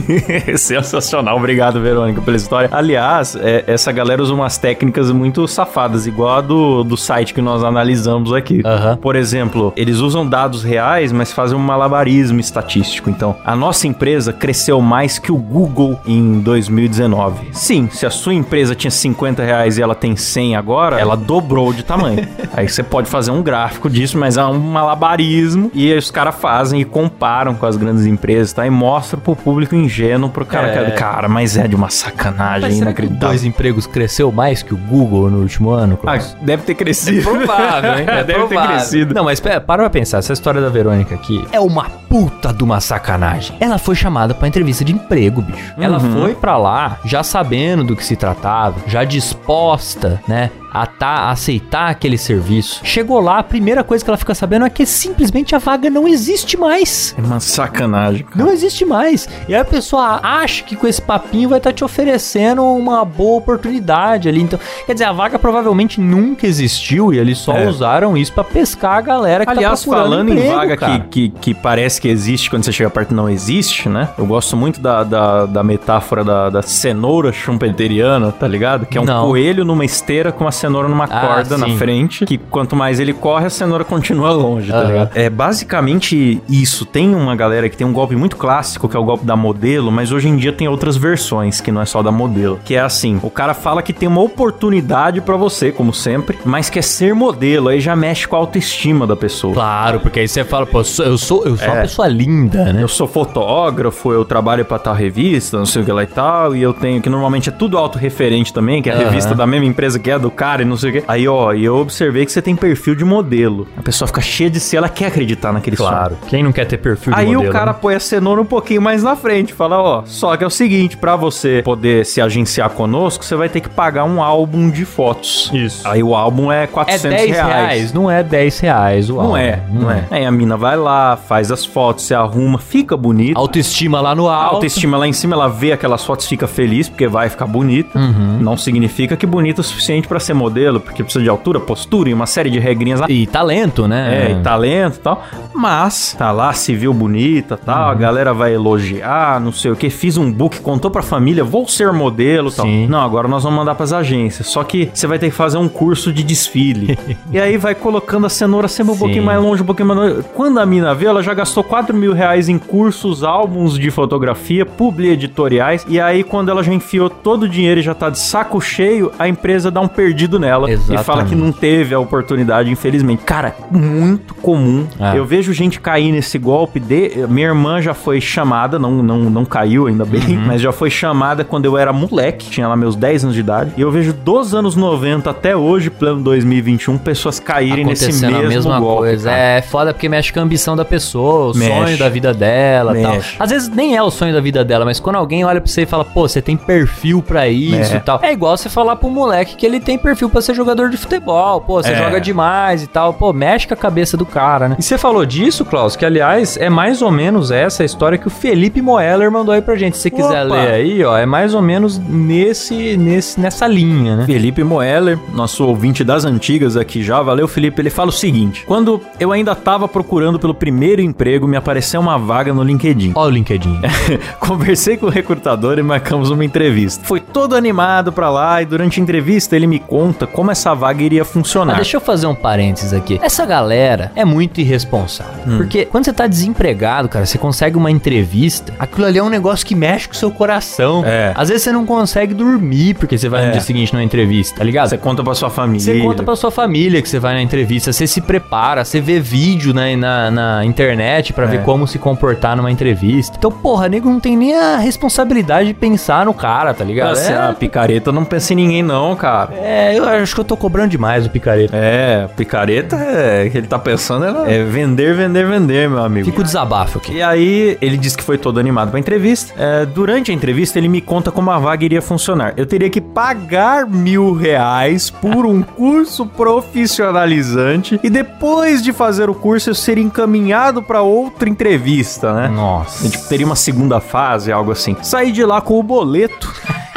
Sensacional. Obrigado, Verônica, pela história. Aliás, é, essa galera usa umas técnicas muito safadas, igual a do, do site que nós analisamos aqui.
Aham.
Por exemplo, eles usam dados reais, mas fazem um malabarismo estatístico. Então, a nossa empresa cresceu mais que o Google em 2019. Sim, se a sua empresa tinha 50 reais e ela tem 100 agora, ela dobrou de tamanho. Aí você pode fazer um gráfico disso, mas é um malabarismo. E aí os caras fazem e comparam com as grandes empresas, tá? E mostram pro público ingênuo, pro cara
É.
que... Cara, mas é de uma sacanagem inacreditável.
Dois empregos cresceu mais que o Google no último ano, Klaus?
Ah, deve ter crescido.
É Provável, hein?
Deve ter crescido.
Não, mas pera, para pra pensar. Essa história da Verônica aqui é uma puta de uma sacanagem. Ela foi chamada pra entrevista de emprego, bicho. Ela
Uhum.
foi pra lá já sabendo do que se tratava, já disposta, né? A, tá, a aceitar aquele serviço. Chegou lá, a primeira coisa que ela fica sabendo é que simplesmente a vaga não existe mais.
É uma sacanagem. cara.
Não existe mais. E aí a pessoa acha que com esse papinho vai estar te oferecendo uma boa oportunidade ali. Então, quer dizer, a vaga provavelmente nunca existiu e eles só
É.
usaram isso pra pescar a galera que
Aliás,
tá procurando
falando em
emprego,
vaga
cara.
que, que, que parece que existe quando você chega perto não existe, né? Eu gosto muito da, da, da metáfora da, da cenoura chumpeteriana, tá ligado? Que é um
Não.
coelho numa esteira com uma cenoura numa
Ah,
corda na
sim.
frente. Que quanto mais ele corre, a cenoura continua longe, tá
Aham.
ligado? É basicamente isso. Tem uma galera que tem um golpe muito clássico, que é o golpe da modelo, mas hoje em dia tem outras versões, que não é só da modelo. Que é assim: o cara fala que tem uma oportunidade pra você, como sempre, mas quer ser modelo, aí já mexe com a autoestima da pessoa.
Claro, porque aí você fala, pô, eu sou, eu sou, eu sou uma pessoa linda, né?
Eu sou fotógrafo, eu trabalho pra tal revista, não sei o que lá e tal, e eu tenho que normalmente é tudo autorreferente também, que é a
Aham.
revista da mesma empresa que é do cara e não sei o que. Aí, ó, e eu observei que você tem perfil de modelo. A pessoa fica cheia de si, ela quer acreditar naquele sonho.
Claro. Quem não quer ter perfil de
Aí
modelo? né?
o cara põe a cenoura um pouquinho mais na frente, fala, ó, só que é o seguinte, pra você poder se agenciar conosco, você vai ter que pagar um álbum de fotos.
Isso.
Aí o álbum é
né? É
400
10 reais. não é 10 reais o
Não
álbum. né?
é, não
Hum.
é. Aí a mina vai lá, faz as fotos, se arruma, fica bonita.
Autoestima lá no
A
alto.
autoestima lá em cima, ela vê aquelas fotos, fica feliz, porque vai ficar bonita.
Uhum.
Não significa que bonita é o suficiente pra ser modelo, porque precisa de altura, postura e uma série de regrinhas lá.
E talento, né?
É, e talento e tal. Mas, tá lá, se viu bonita tal,
Uhum.
a galera vai elogiar, não sei o que. Fiz um book, contou pra família, vou ser modelo e tal.
Sim.
Não, agora nós vamos mandar pras agências. Só que você vai ter que fazer um curso de desfile. e aí vai colocando a cenoura sempre um
Sim.
pouquinho mais longe, um pouquinho mais longe. Quando a mina vê, ela já gastou 4 mil reais em cursos, álbuns de fotografia, publi editoriais. E aí, quando ela já enfiou todo o dinheiro e já tá de saco cheio, a empresa dá um perdido nela. E fala que
Exatamente.
não não teve a oportunidade, infelizmente. Cara, muito comum.
É.
Eu vejo gente cair nesse golpe de. Minha irmã já foi chamada, não, não, não caiu ainda bem,
Uhum.
mas já foi chamada quando eu era moleque, tinha lá meus 10 anos de idade. E eu vejo dos anos 90 até hoje, plano 2021, pessoas caírem nesse
acontecendo
mesmo
a mesma
golpe.
coisa.
cara.
É foda porque mexe com a ambição da pessoa, o
Mexe.
sonho da vida dela e tal.
Mexe.
Às vezes nem é o sonho da vida dela, mas quando alguém olha pra você e fala, pô, você tem perfil pra isso
É.
e tal. É igual você falar pro moleque que ele tem perfil pra ser jogador de futebol. Pô, você
É.
joga demais e tal. Pô, mexe com a cabeça do cara, né?
E você falou disso, Klaus, que aliás é mais ou menos essa história que o Felipe Moeller mandou aí pra gente. Se você quiser
Opa!
ler aí, ó, é mais ou menos nesse, nesse, nessa linha, né?
Felipe Moeller, nosso ouvinte das antigas aqui já, valeu Felipe, ele fala o seguinte: Quando eu ainda tava procurando pelo primeiro emprego, me apareceu uma vaga no LinkedIn.
Ó o LinkedIn.
Conversei com o recrutador e marcamos uma entrevista. Foi todo animado pra lá e durante a entrevista ele me conta como essa vaga iria
Ah,
funcionar.
deixa eu fazer um parênteses aqui. Essa galera é muito irresponsável.
Hum.
Porque quando você tá desempregado, cara, você consegue uma entrevista, aquilo ali é um negócio que mexe com o seu coração.
É.
Às vezes você não consegue dormir porque você vai
É.
no dia seguinte numa entrevista, tá ligado?
Você conta pra sua família.
Você conta pra sua família que você vai na entrevista, você se prepara, você vê vídeo né, na, na internet pra
É.
ver como se comportar numa entrevista. Então, porra, nego não tem nem a responsabilidade de pensar no cara, tá ligado?
Nossa,
É,
a picareta não pensa em ninguém, não, cara.
é, eu acho que eu tô cobrando demais o picareta.
É, picareta é que ele tá pensando ela- é vender, vender, vender, meu amigo.
Fica o desabafo aqui.
E aí, ele disse que foi todo animado pra entrevista. É, durante a entrevista, ele me conta como a vaga iria funcionar. Eu teria que pagar mil reais por um curso profissionalizante e depois de fazer o curso, eu seria encaminhado pra outra entrevista,
Hum.
né?
Nossa.
Tipo, teria uma segunda fase, algo assim. Saí de lá com o boleto.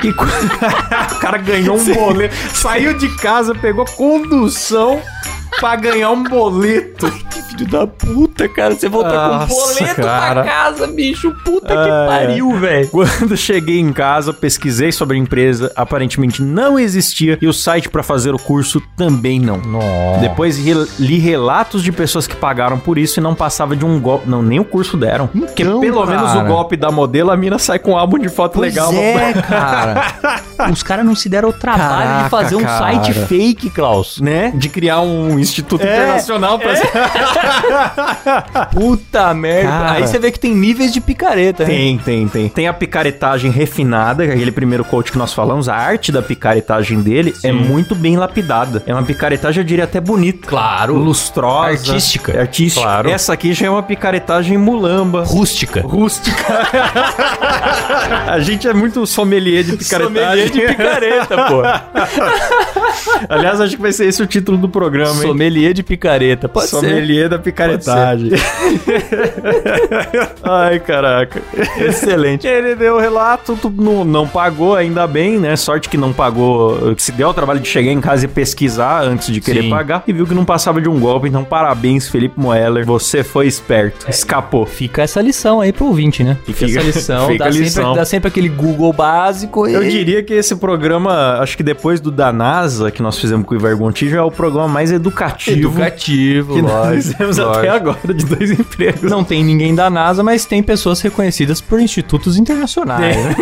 E co- o cara ganhou um boleto. Saiu de casa, pegou condução pra ganhar um boleto.
Filho da puta, cara. Você um voltou
Nossa, cara.
casa, bicho. Puta
Ai,
velho.
Quando cheguei em casa, pesquisei sobre a empresa, aparentemente não existia e o site pra fazer o curso também não.
Nossa.
Depois re- li relatos de pessoas que pagaram por isso e não passava de um golpe. Não, nem o curso deram. Porque pelo
Então, cara.
menos o golpe da modelo, a mina sai com um álbum de foto
Pois
legal.
é, cara. Os caras não se deram o trabalho
Caraca,
de fazer um
cara.
site fake, Klaus.
Né? De criar um
É.
instituto internacional pra
Puta merda.
Cara.
Aí você vê que tem níveis de picareta, né?
Tem, tem, tem. Tem a picaretagem refinada, que é aquele primeiro coach que nós falamos, a arte da picaretagem dele é muito bem lapidada. É uma picaretagem, eu diria até bonita.
Claro.
Lustrosa.
Artística.
Artística.
Claro.
Essa aqui já é uma picaretagem mulamba.
Rústica.
Rústica. a gente é muito sommelier de picaretagem.
Sommelier de picareta, pô.
Aliás, acho que vai ser esse o título do programa, hein?
Sommelier de picareta. Pode ser.
Sommelier da picaretagem. Ai, caraca. Excelente. Ele deu o relato, tu não, não pagou, ainda bem, né? Sorte que não pagou. que Se deu o trabalho de chegar em casa e pesquisar antes de querer
Sim.
pagar. E viu que não passava de um golpe. Então, parabéns, Felipe Moeller. Você foi
É,
esperto. Escapou.
Fica essa lição aí pro ouvinte, né? Fica,
Fica-
essa lição.
fica
dá,
a lição.
Sempre, dá sempre aquele Google básico e...
Eu diria que esse programa, acho que depois do da NASA, que nós fizemos com o Ivar Gontijo, é o programa mais educativo,
Educativo,
que nós
lógico,
fizemos até
lógico.
agora, de dois empregos.
Não tem ninguém da NASA, mas tem pessoas reconhecidas por institutos internacionais. né?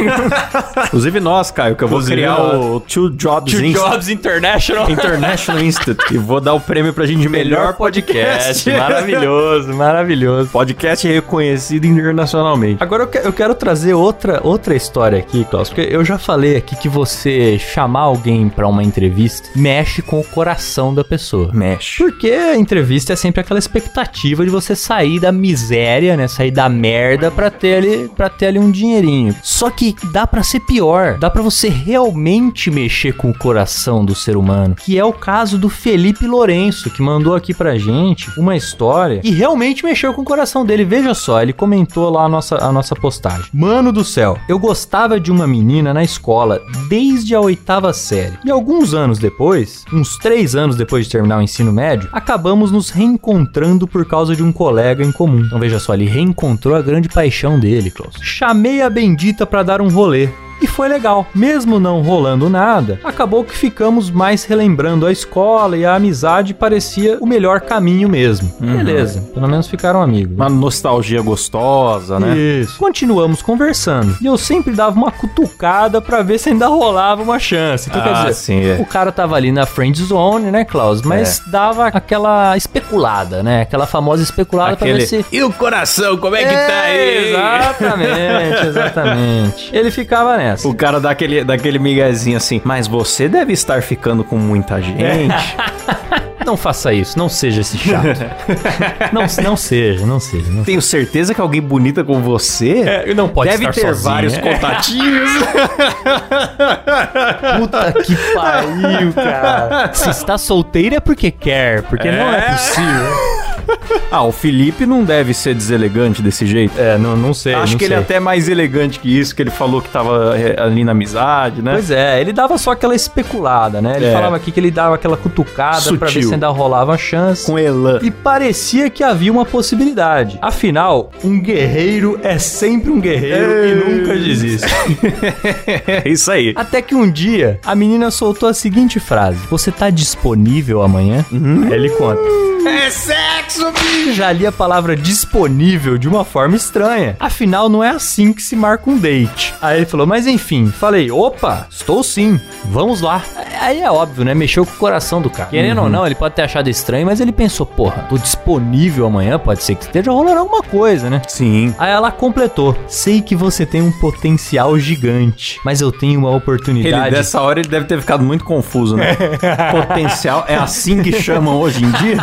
Inclusive nós, Caio, que eu vou
Inclusive
criar
nós.
o Two Jobs Inst-
International.
International Institute e vou dar o prêmio pra gente de melhor podcast.
maravilhoso, maravilhoso.
Podcast reconhecido internacionalmente.
Agora eu, que- eu quero trazer outra, outra história aqui, Klaus, porque eu já falei aqui que você chamar alguém pra uma entrevista mexe com o coração da pessoa.
Mexe.
Porque a entrevista é sempre aquela expectativa de você sair da miséria, né? Sair da merda pra ter ali, pra ter ali um dinheirinho. Só que dá pra ser pior. Dá pra você realmente mexer com o coração do ser humano. Que é o caso do Felipe Lourenço, que mandou aqui pra gente uma história e realmente mexeu com o coração dele. Veja só, ele comentou lá a nossa, a nossa postagem. Mano do céu, eu gostava de uma menina na escola desde a oitava série. E alguns anos depois, uns três anos depois de terminar o ensino médio, acabamos nos reencontrando por causa de um colega em comum. Então veja só, ele reencontrou a grande paixão dele, Klaus. Chamei a bendita pra dar um rolê. E foi legal. Mesmo não rolando nada, acabou que ficamos mais relembrando a escola e a amizade parecia o melhor caminho mesmo. Beleza, pelo menos ficaram amigos.
Uma nostalgia gostosa, né?
Isso. Continuamos conversando. E eu sempre dava uma cutucada pra ver se ainda rolava uma chance. Então, quer dizer,
sim, é.
o cara tava ali na friend zone, né, Klaus? Mas dava aquela especulada, né? Aquela famosa especulada pra
Aquele,
ver se
E o coração, como é que tá aí?
Exatamente, exatamente. Ele ficava nessa.
O cara dá aquele, dá aquele miguezinho assim, mas você deve estar ficando com muita gente.
Não faça isso, não seja esse chato. não, não seja, não seja. Não,
Tenho certeza que alguém bonita como você
É, não pode
deve
estar
ter
sozinha.
vários contatinhos.
Puta que pariu, cara. Se está solteira é porque quer, porque não é possível.
ah, o Felipe não deve ser deselegante desse jeito.
É, não, não sei.
Acho
não
que ele
sei.
é até mais elegante que isso, que ele falou que tava é, ali na amizade, né?
Pois é, ele dava só aquela especulada, né? Ele
É.
falava aqui que ele dava aquela cutucada pra ver
Sutil.
se ainda rolava a chance.
Com Elan.
E parecia que havia uma possibilidade. Afinal, um guerreiro é sempre um guerreiro e nunca desiste.
É isso aí.
Até que um dia, a menina soltou a seguinte frase: Você tá disponível amanhã? Aí ele conta.
Uhum. É sexo, bicho!
Eu já li a palavra disponível de uma forma estranha. Afinal, não é assim que se marca um date. Aí ele falou, mas enfim, falei, opa, estou sim, vamos lá. Aí é óbvio, né? Mexeu com o coração do cara. Querendo
Uhum.
ou não, ele pode ter achado estranho, mas ele pensou, porra, tô disponível amanhã, pode ser que esteja rolando alguma coisa, né?
Sim.
Aí ela completou: Sei que você tem um potencial gigante, mas eu tenho uma
Ele,
oportunidade.
dessa hora ele deve ter ficado muito confuso, né? Potencial é assim que chamam hoje em dia?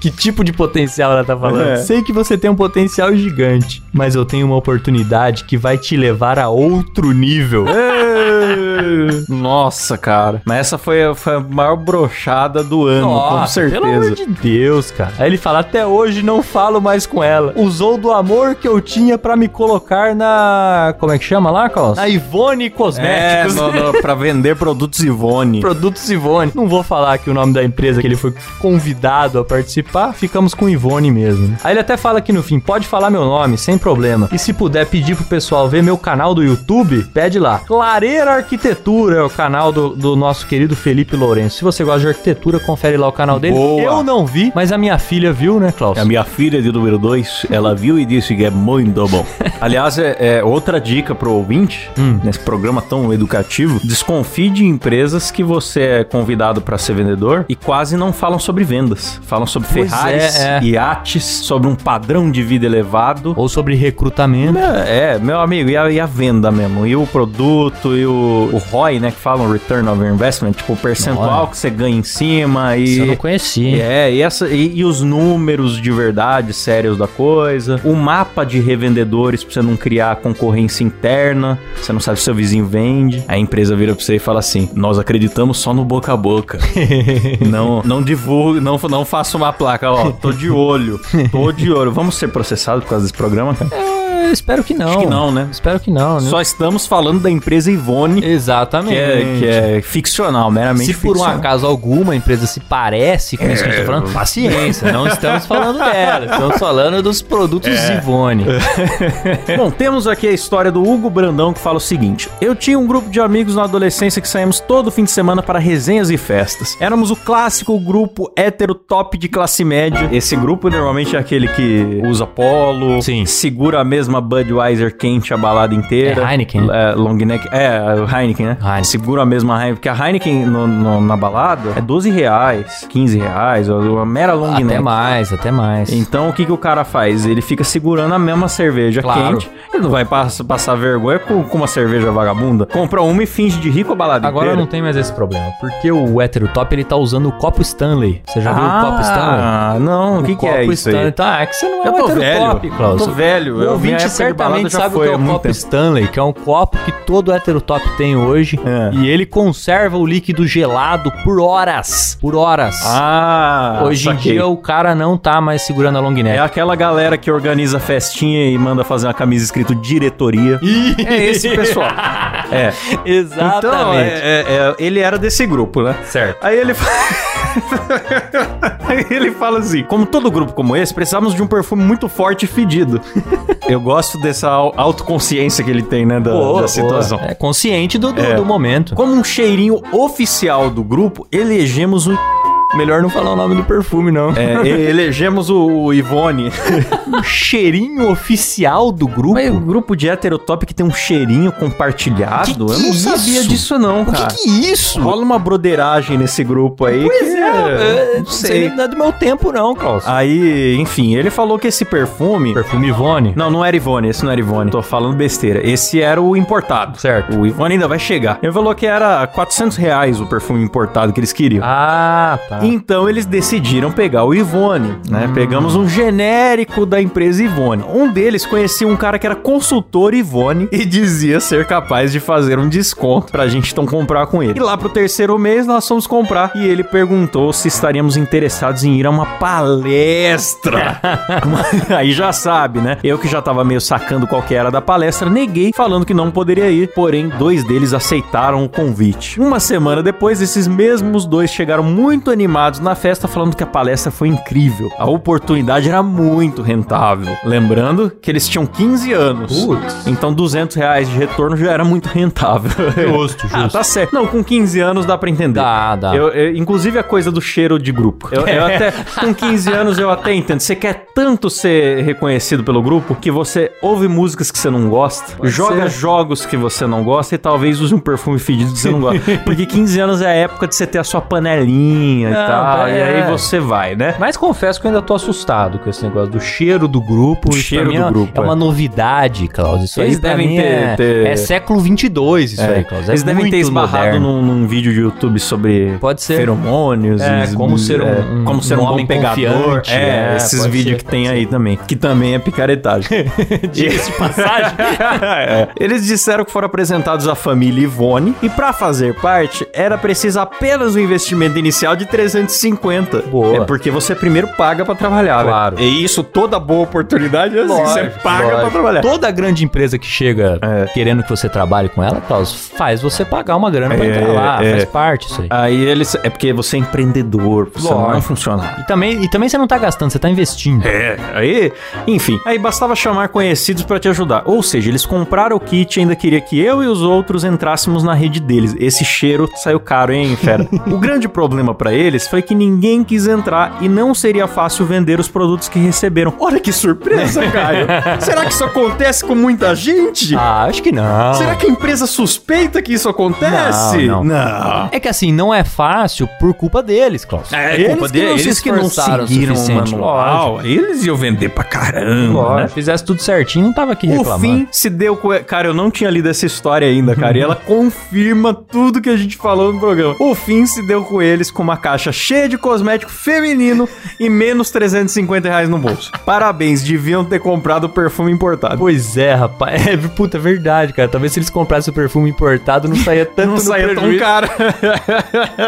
Que tipo de potencial ela tá falando?
É.
Sei que você tem um potencial gigante, mas eu tenho uma oportunidade que vai te levar a outro nível.
Nossa, cara. Mas essa foi a, foi a maior brochada do ano, com
Nossa,
certeza.
Pelo amor de Deus, cara. Aí ele fala: até hoje não falo mais com ela. Usou do amor que eu tinha pra me colocar na. Como é que chama lá, Klaus? Na Ivone
É,
Cosméticos.
no, no, pra vender produtos Ivone.
Produtos Ivone. Não vou falar aqui o nome da empresa que ele foi convidado a participar, ficamos com Ivone mesmo. né? Aí ele até fala aqui no fim: pode falar meu nome, sem problema. E se puder pedir pro pessoal ver meu canal do YouTube, pede lá. Clareira Arquitetura é o canal do, do nosso querido Felipe Lourenço. Se você gosta de arquitetura, confere lá o canal dele.
Boa.
Eu não vi, mas a minha filha viu, né, Klaus?
A minha filha de número 2, ela viu e disse que é muito bom. Aliás, é, é outra dica pro ouvinte, nesse programa tão educativo, desconfie de empresas que você é convidado pra ser vendedor e quase não falam sobre vendas. Falam sobre
Pois
Ferraris,
é, é.
iates, sobre um padrão de vida elevado.
Ou sobre recrutamento.
É, é, meu amigo, e a, e a venda mesmo? E o produto, e o, o ROI, né? Que falam Return of Investment, tipo, o percentual
Olha.
que você ganha em cima e.
Isso eu não conhecia.
É, e, essa, e, e os números de verdade sérios da coisa, o mapa de revendedores pra você não criar concorrência interna, você não sabe se seu vizinho vende. Aí a empresa vira pra você e fala assim: nós acreditamos só no boca a boca. não, não divulgue, não, não faça uma placa, ó, tô de olho, tô de olho. Vamos ser processados por causa desse programa, cara?
Eu espero que É, não.
Acho que não, né?
Espero que não, né?
Só estamos falando da empresa Ivone, que
Exatamente.
é, que é ficcional, meramente
Se por um
ficcional.
acaso alguma empresa se parece com isso que a gente tá falando, paciência, não estamos falando dela, estamos falando dos produtos Ivone.
Bom, temos aqui a história do Hugo Brandão que fala o seguinte: Eu tinha um grupo de amigos na adolescência que saímos todo fim de semana para resenhas e festas. Éramos o clássico grupo hétero top de classe média. Esse grupo normalmente é aquele que usa polo,
Sim.
segura a mesma Budweiser quente a balada inteira.
É Heineken, né?
É, long neck. É, o Heineken, né?
Heineken.
Segura a mesma Heineken, porque a Heineken no- no- na balada é 12 reais, 15 reais, uma mera long
Até
neck.
mais, até mais.
Então o que, que o cara faz? Ele fica segurando a mesma cerveja
Claro.
quente. Ele não vai pass- passar vergonha com, com uma cerveja vagabunda. Compra uma e finge de rico a balada
Agora
inteira.
não tem mais esse problema, porque o hétero top ele tá usando o copo Stanley. Você já viu o copo Stanley?
Ah, não. O que, que é
copo
isso
Stanley.
aí?
Tá, é que você não é
Eu
um
tô
hétero
velho.
top, Klaus.
Eu tô velho.
O
Eu- minha
Um ouvinte
época de balada
certamente
já
sabe o
foi
que é
há
o
muito
copo
tempo.
Stanley, que é um copo que todo hétero top tem hoje.
É.
E ele conserva o líquido gelado por horas. Por horas.
Ah,
Hoje em
saquei.
dia o cara não tá mais segurando a long
É
neck.
aquela galera que organiza festinha e manda fazer uma camisa escrito diretoria. é esse pessoal. É.
Exatamente.
Então, é- é- é, ele era desse grupo, né?
Certo.
Aí ele fala... Aí ele fala assim: como todo grupo como esse, precisamos de um perfume muito forte e fedido. Eu gosto dessa au- autoconsciência que ele tem, né? Da, da situação.
É consciente do, do,
É.
do momento.
Como um cheirinho oficial do grupo, elegemos um o.
Melhor não falar o nome do perfume, não.
É, e- elegemos o, o Ivone.
um cheirinho oficial do grupo.
Mas o grupo de heterotop que tem um cheirinho compartilhado?
Que que
Ah, eu não
isso?
sabia disso, não, cara.
que é isso?
Rola uma broderagem nesse grupo aí. que
É,
não sei. Ah,
Não é do meu tempo, não, Klaus.
Aí, enfim, ele falou que esse perfume.
perfume Ivone.
Não, não era Ivone, esse não era Ivone. Tô falando besteira. Esse era o importado.
Certo.
O Ivone ainda vai chegar. Ele falou que era 400 reais o perfume importado que eles queriam.
Ah, tá.
Então eles decidiram pegar o Ivone, né? Pegamos um genérico da empresa Ivone. Um deles conhecia um cara que era consultor Ivone e dizia ser capaz de fazer um desconto pra gente então comprar com ele. E lá pro terceiro mês nós fomos comprar e ele perguntou se estaríamos interessados em ir a uma palestra. Aí já sabe, né? Eu que já tava meio sacando qual que era da palestra, neguei falando que não poderia ir, porém dois deles aceitaram o convite. Uma semana depois, esses mesmos dois chegaram muito animados na festa falando que a palestra foi incrível. A oportunidade era muito rentável. Lembrando que eles tinham 15 anos. Então 200 reais de retorno já era muito rentável.
Justo,
Ah,
justo.
tá certo. Não, com 15 anos dá pra entender.
Dá, dá.
Eu- eu- inclusive a coisa do cheiro de grupo. É. Eu, eu até, com 15 anos eu até entendo. Você quer tanto ser reconhecido pelo grupo que você ouve músicas que você não gosta, joga jogos que você não gosta e talvez use um perfume fedido que você não gosta. Porque 15 anos é a época de você ter a sua panelinha
Não,
e tal.
é.
E aí você vai, né?
Mas confesso que eu ainda tô assustado com esse negócio do cheiro do grupo.
Do
Isso
cheiro
pra mim
do
é-
grupo,
É
é.
uma novidade, Klaus. Isso
Eles
aí pra
devem
mim
ter-
é,
ter-
é século 22 isso aí, Klaus. É
Eles devem ter
muito
esbarrado num,
moderno.
num vídeo de YouTube sobre
Pode ser.
feromônios.
É,
e-
como ser um-
é,
um-
como ser um,
um
bom
homem
pegador.
confiante.
É,
É,
esses
pode
vídeos
ser,
que
pode
tem
ser.
aí também. Que também é picaretagem. Diga-se de passagem. Eles disseram que foram apresentados à família Ivone e pra fazer parte era preciso apenas um investimento inicial de 350.
Boa.
É porque você primeiro paga pra trabalhar.
Claro.
Né? E isso, toda boa oportunidade é assim, você paga pra
Lógico.
trabalhar.
Toda grande empresa que chega
É.
querendo que você trabalhe com ela, Klaus, faz você pagar uma grana pra
É,
entrar lá.
é.
Faz parte isso aí.
Aí eles. É porque você é empreendedor, você
Lógico.
não é um funcionário.
E também, e também você não tá gastando, você tá investindo.
É, aí, enfim, aí bastava chamar conhecidos pra te ajudar. Ou seja, eles compraram o kit e ainda queria que eu e os outros entrássemos na rede deles. Esse cheiro saiu caro, hein, fera? o grande problema pra eles foi que ninguém quis entrar e não seria fácil vender os produtos que receberam. Olha que surpresa, Caio! Será que isso acontece com muita gente?
Ah, acho que não.
Será que a empresa suspeita que isso acontece?
Não, não. É que assim, não é fácil por culpa deles, Klaus.
É,
Eles
culpa
que
dele,
não se
eles que não
esforçaram o
seguiram o
suficiente,
manual. Eles iam vender pra caramba, né?
Lógico. Fizesse tudo certinho, não tava aqui
O
reclamando.
fim se deu com. Cara, eu não tinha lido essa história ainda, cara. e ela
Uhum.
confirma tudo que a gente falou no programa. O fim se deu com eles com uma caixa cheia de cosmético feminino e menos 350 reais no bolso. Parabéns, deviam ter comprado perfume importado.
Pois é, rapaz. É, puta, é verdade, cara. Talvez se eles comprassem o perfume importado, não saía tanto
Não
no
saiu tão
prejuízo.
caro.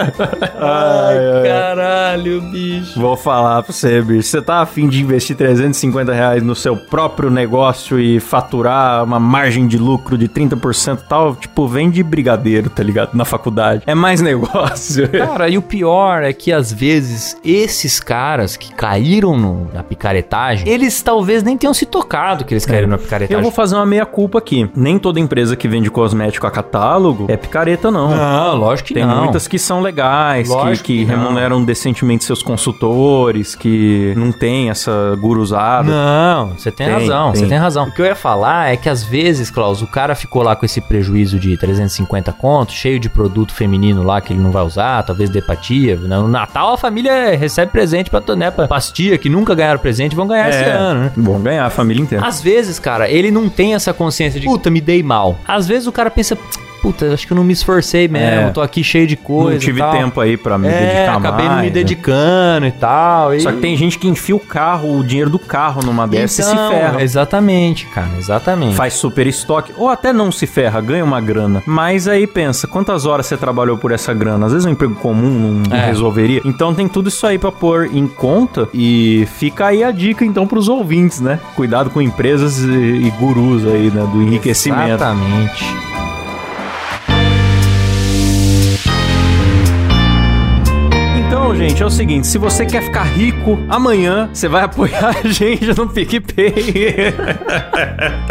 Ai, caralho, bicho.
Vou falar pra você, bicho. Você tá afim de investir 350 reais no seu próprio negócio e faturar uma margem de lucro de 30% e tal? Tipo, vende brigadeiro, tá ligado? Na faculdade. É mais negócio.
Cara, e o pior é que às vezes esses caras que caíram no- na picaretagem, eles talvez nem tenham se tocado que eles caíram na picaretagem.
É. Eu vou fazer uma meia-culpa aqui. Nem toda empresa que vende cosmético a catálogo é picareta, não.
Não, lógico que
Tem
não.
muitas que são legais, que,
Lógico
que
que não.
remuneram decentemente seus consultores, que não tem essa guruzada.
Não, você tem,
Tem,
razão,
tem.
você tem razão. O que eu ia falar é que às vezes, Klaus, o cara ficou lá com esse prejuízo de 350 conto, cheio de produto feminino lá que ele não vai usar, talvez de hepatia. né? No Natal a família recebe presente pra, né, pra pastia, que nunca ganharam presente, vão ganhar
É.
esse ano, né?
Bom, ganhar a família inteira.
Às vezes, cara, ele não tem essa consciência de puta, me dei mal. Às vezes o cara pensa, puta, acho que eu não me esforcei mesmo,
É.
tô aqui cheio de coisa.
não tive
e tal.
tempo aí pra me
é,
dedicar mais.
acabei não me
né?
dedicando e tal. e-
Só que tem gente que enfia o carro, o dinheiro do carro numa dessa
Então,
e se
é
ferra.
Exatamente, cara, exatamente.
Faz super estoque, ou até não se ferra, ganha uma grana. Mas aí pensa, quantas horas você trabalhou por essa grana? Às vezes um emprego comum não não
É.
resolveria. Então tem tudo isso aí pra pôr em conta. E fica aí a dica então pros ouvintes, né? Cuidado com empresas e, e gurus aí, né? Do enriquecimento.
Exatamente.
Então, gente, é o seguinte: se você quer ficar rico amanhã, você vai apoiar a gente no PicPay.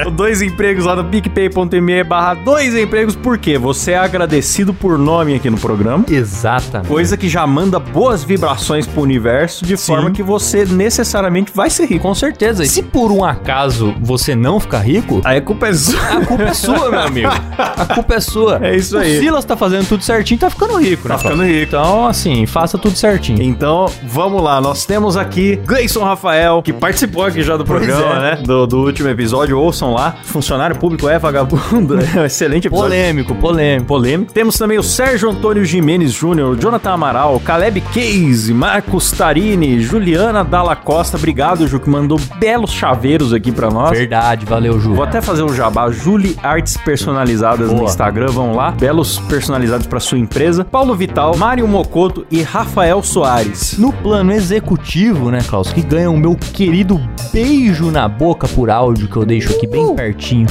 O dois empregos lá no picpay.me barra dois empregos, porque você é agradecido por nome aqui no programa.
Exatamente.
Coisa que já manda boas vibrações pro universo, de forma que você necessariamente vai ser rico.
Com certeza. E se por um acaso você não ficar rico,
Aí a culpa é sua.
a culpa é sua, meu amigo. A culpa é sua.
É isso aí.
O Silas tá fazendo tudo certinho, tá ficando rico, né?
Tá ficando
rico. Então, assim, faça tudo certinho.
Então, vamos lá. Nós temos aqui Gleison Rafael, que participou aqui já do programa,
é.
né? Do, do último episódio. Ouçam lá. Funcionário público é vagabundo. Excelente episódio.
Polêmico, polêmico.
Polêmico. Temos também o Sérgio Antônio Jimenez Júnior, Jonathan Amaral, Caleb Case, Marcos Tarini, Juliana Dalla Costa. Obrigado, Ju, que mandou belos chaveiros aqui pra nós.
Verdade, valeu, Ju.
Vou até fazer o jabá. Julie Artes Personalizadas no
Boa.
Instagram, vão lá. Belos personalizados pra sua empresa. Paulo Vital, Mário Mocoto e Rafael Soares.
No plano executivo, né, Klaus, que ganha o meu querido beijo na boca por áudio que eu deixo aqui bem pertinho.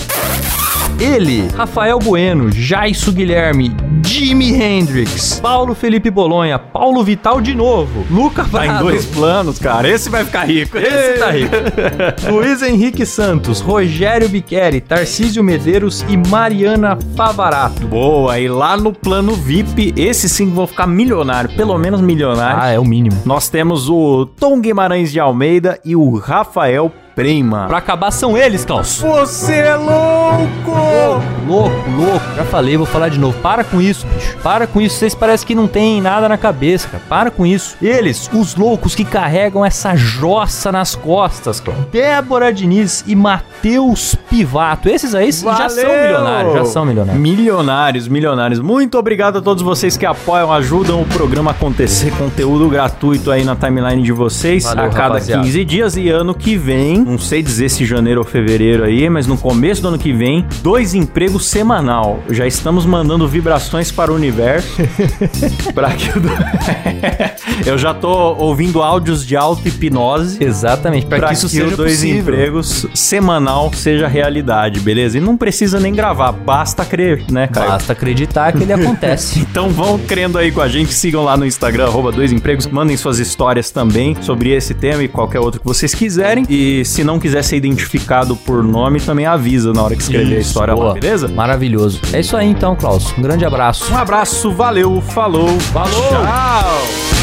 Ele, Rafael Bueno, Jaisso Guilherme, Jimi Hendrix, Paulo Felipe Bolonha, Paulo Vital de novo, Luca
Tá em
Prado,
dois planos, cara. Esse vai ficar rico.
Esse tá rico. Luiz Henrique Santos, Rogério Biqueri, Tarcísio Medeiros e Mariana Favarato.
Boa, e lá no plano VIP, esses sim vão ficar milionários, pelo menos milionários.
Ah, é o mínimo.
Nós temos o Tom Guimarães de Almeida e o Rafael Prema.
Pra acabar são eles, Klaus.
Você é louco!
Louco, louco. Já falei, vou falar de novo. Para com isso, bicho. Para com isso. Vocês parecem que não tem nada na cabeça, cara. Para com isso. Eles, os loucos que carregam essa jossa nas costas, cara. Débora Diniz e Matheus Pivato. Esses aí já são
Valeu!
milionários. Já são milionários.
Milionários, milionários. Muito obrigado a todos vocês que apoiam, ajudam o programa a acontecer. Conteúdo gratuito aí na timeline de vocês
Valeu,
a cada
rapaziada.
15 dias. E ano que vem, não sei dizer se janeiro ou fevereiro aí, mas no começo do ano que vem, dois empregos semanal. Já estamos mandando vibrações para o universo. pra que eu... do- eu já tô ouvindo áudios de auto-hipnose
Exatamente. Pra,
pra
que isso seja
os dois
possível.
empregos semanal seja realidade, beleza? E não precisa nem gravar, basta crer, né, Caio?
Basta acreditar que ele acontece.
Então vão crendo aí com a gente, sigam lá no Instagram, arroba dois empregos, mandem suas histórias também sobre esse tema e qualquer outro que vocês quiserem. E se não quiser ser identificado por nome, também avisa na hora que escrever a
Isso,
história lá,
boa.
beleza?
Maravilhoso. É isso aí então, Klaus. Um grande abraço.
Um abraço, valeu, falou, falou! Tchau!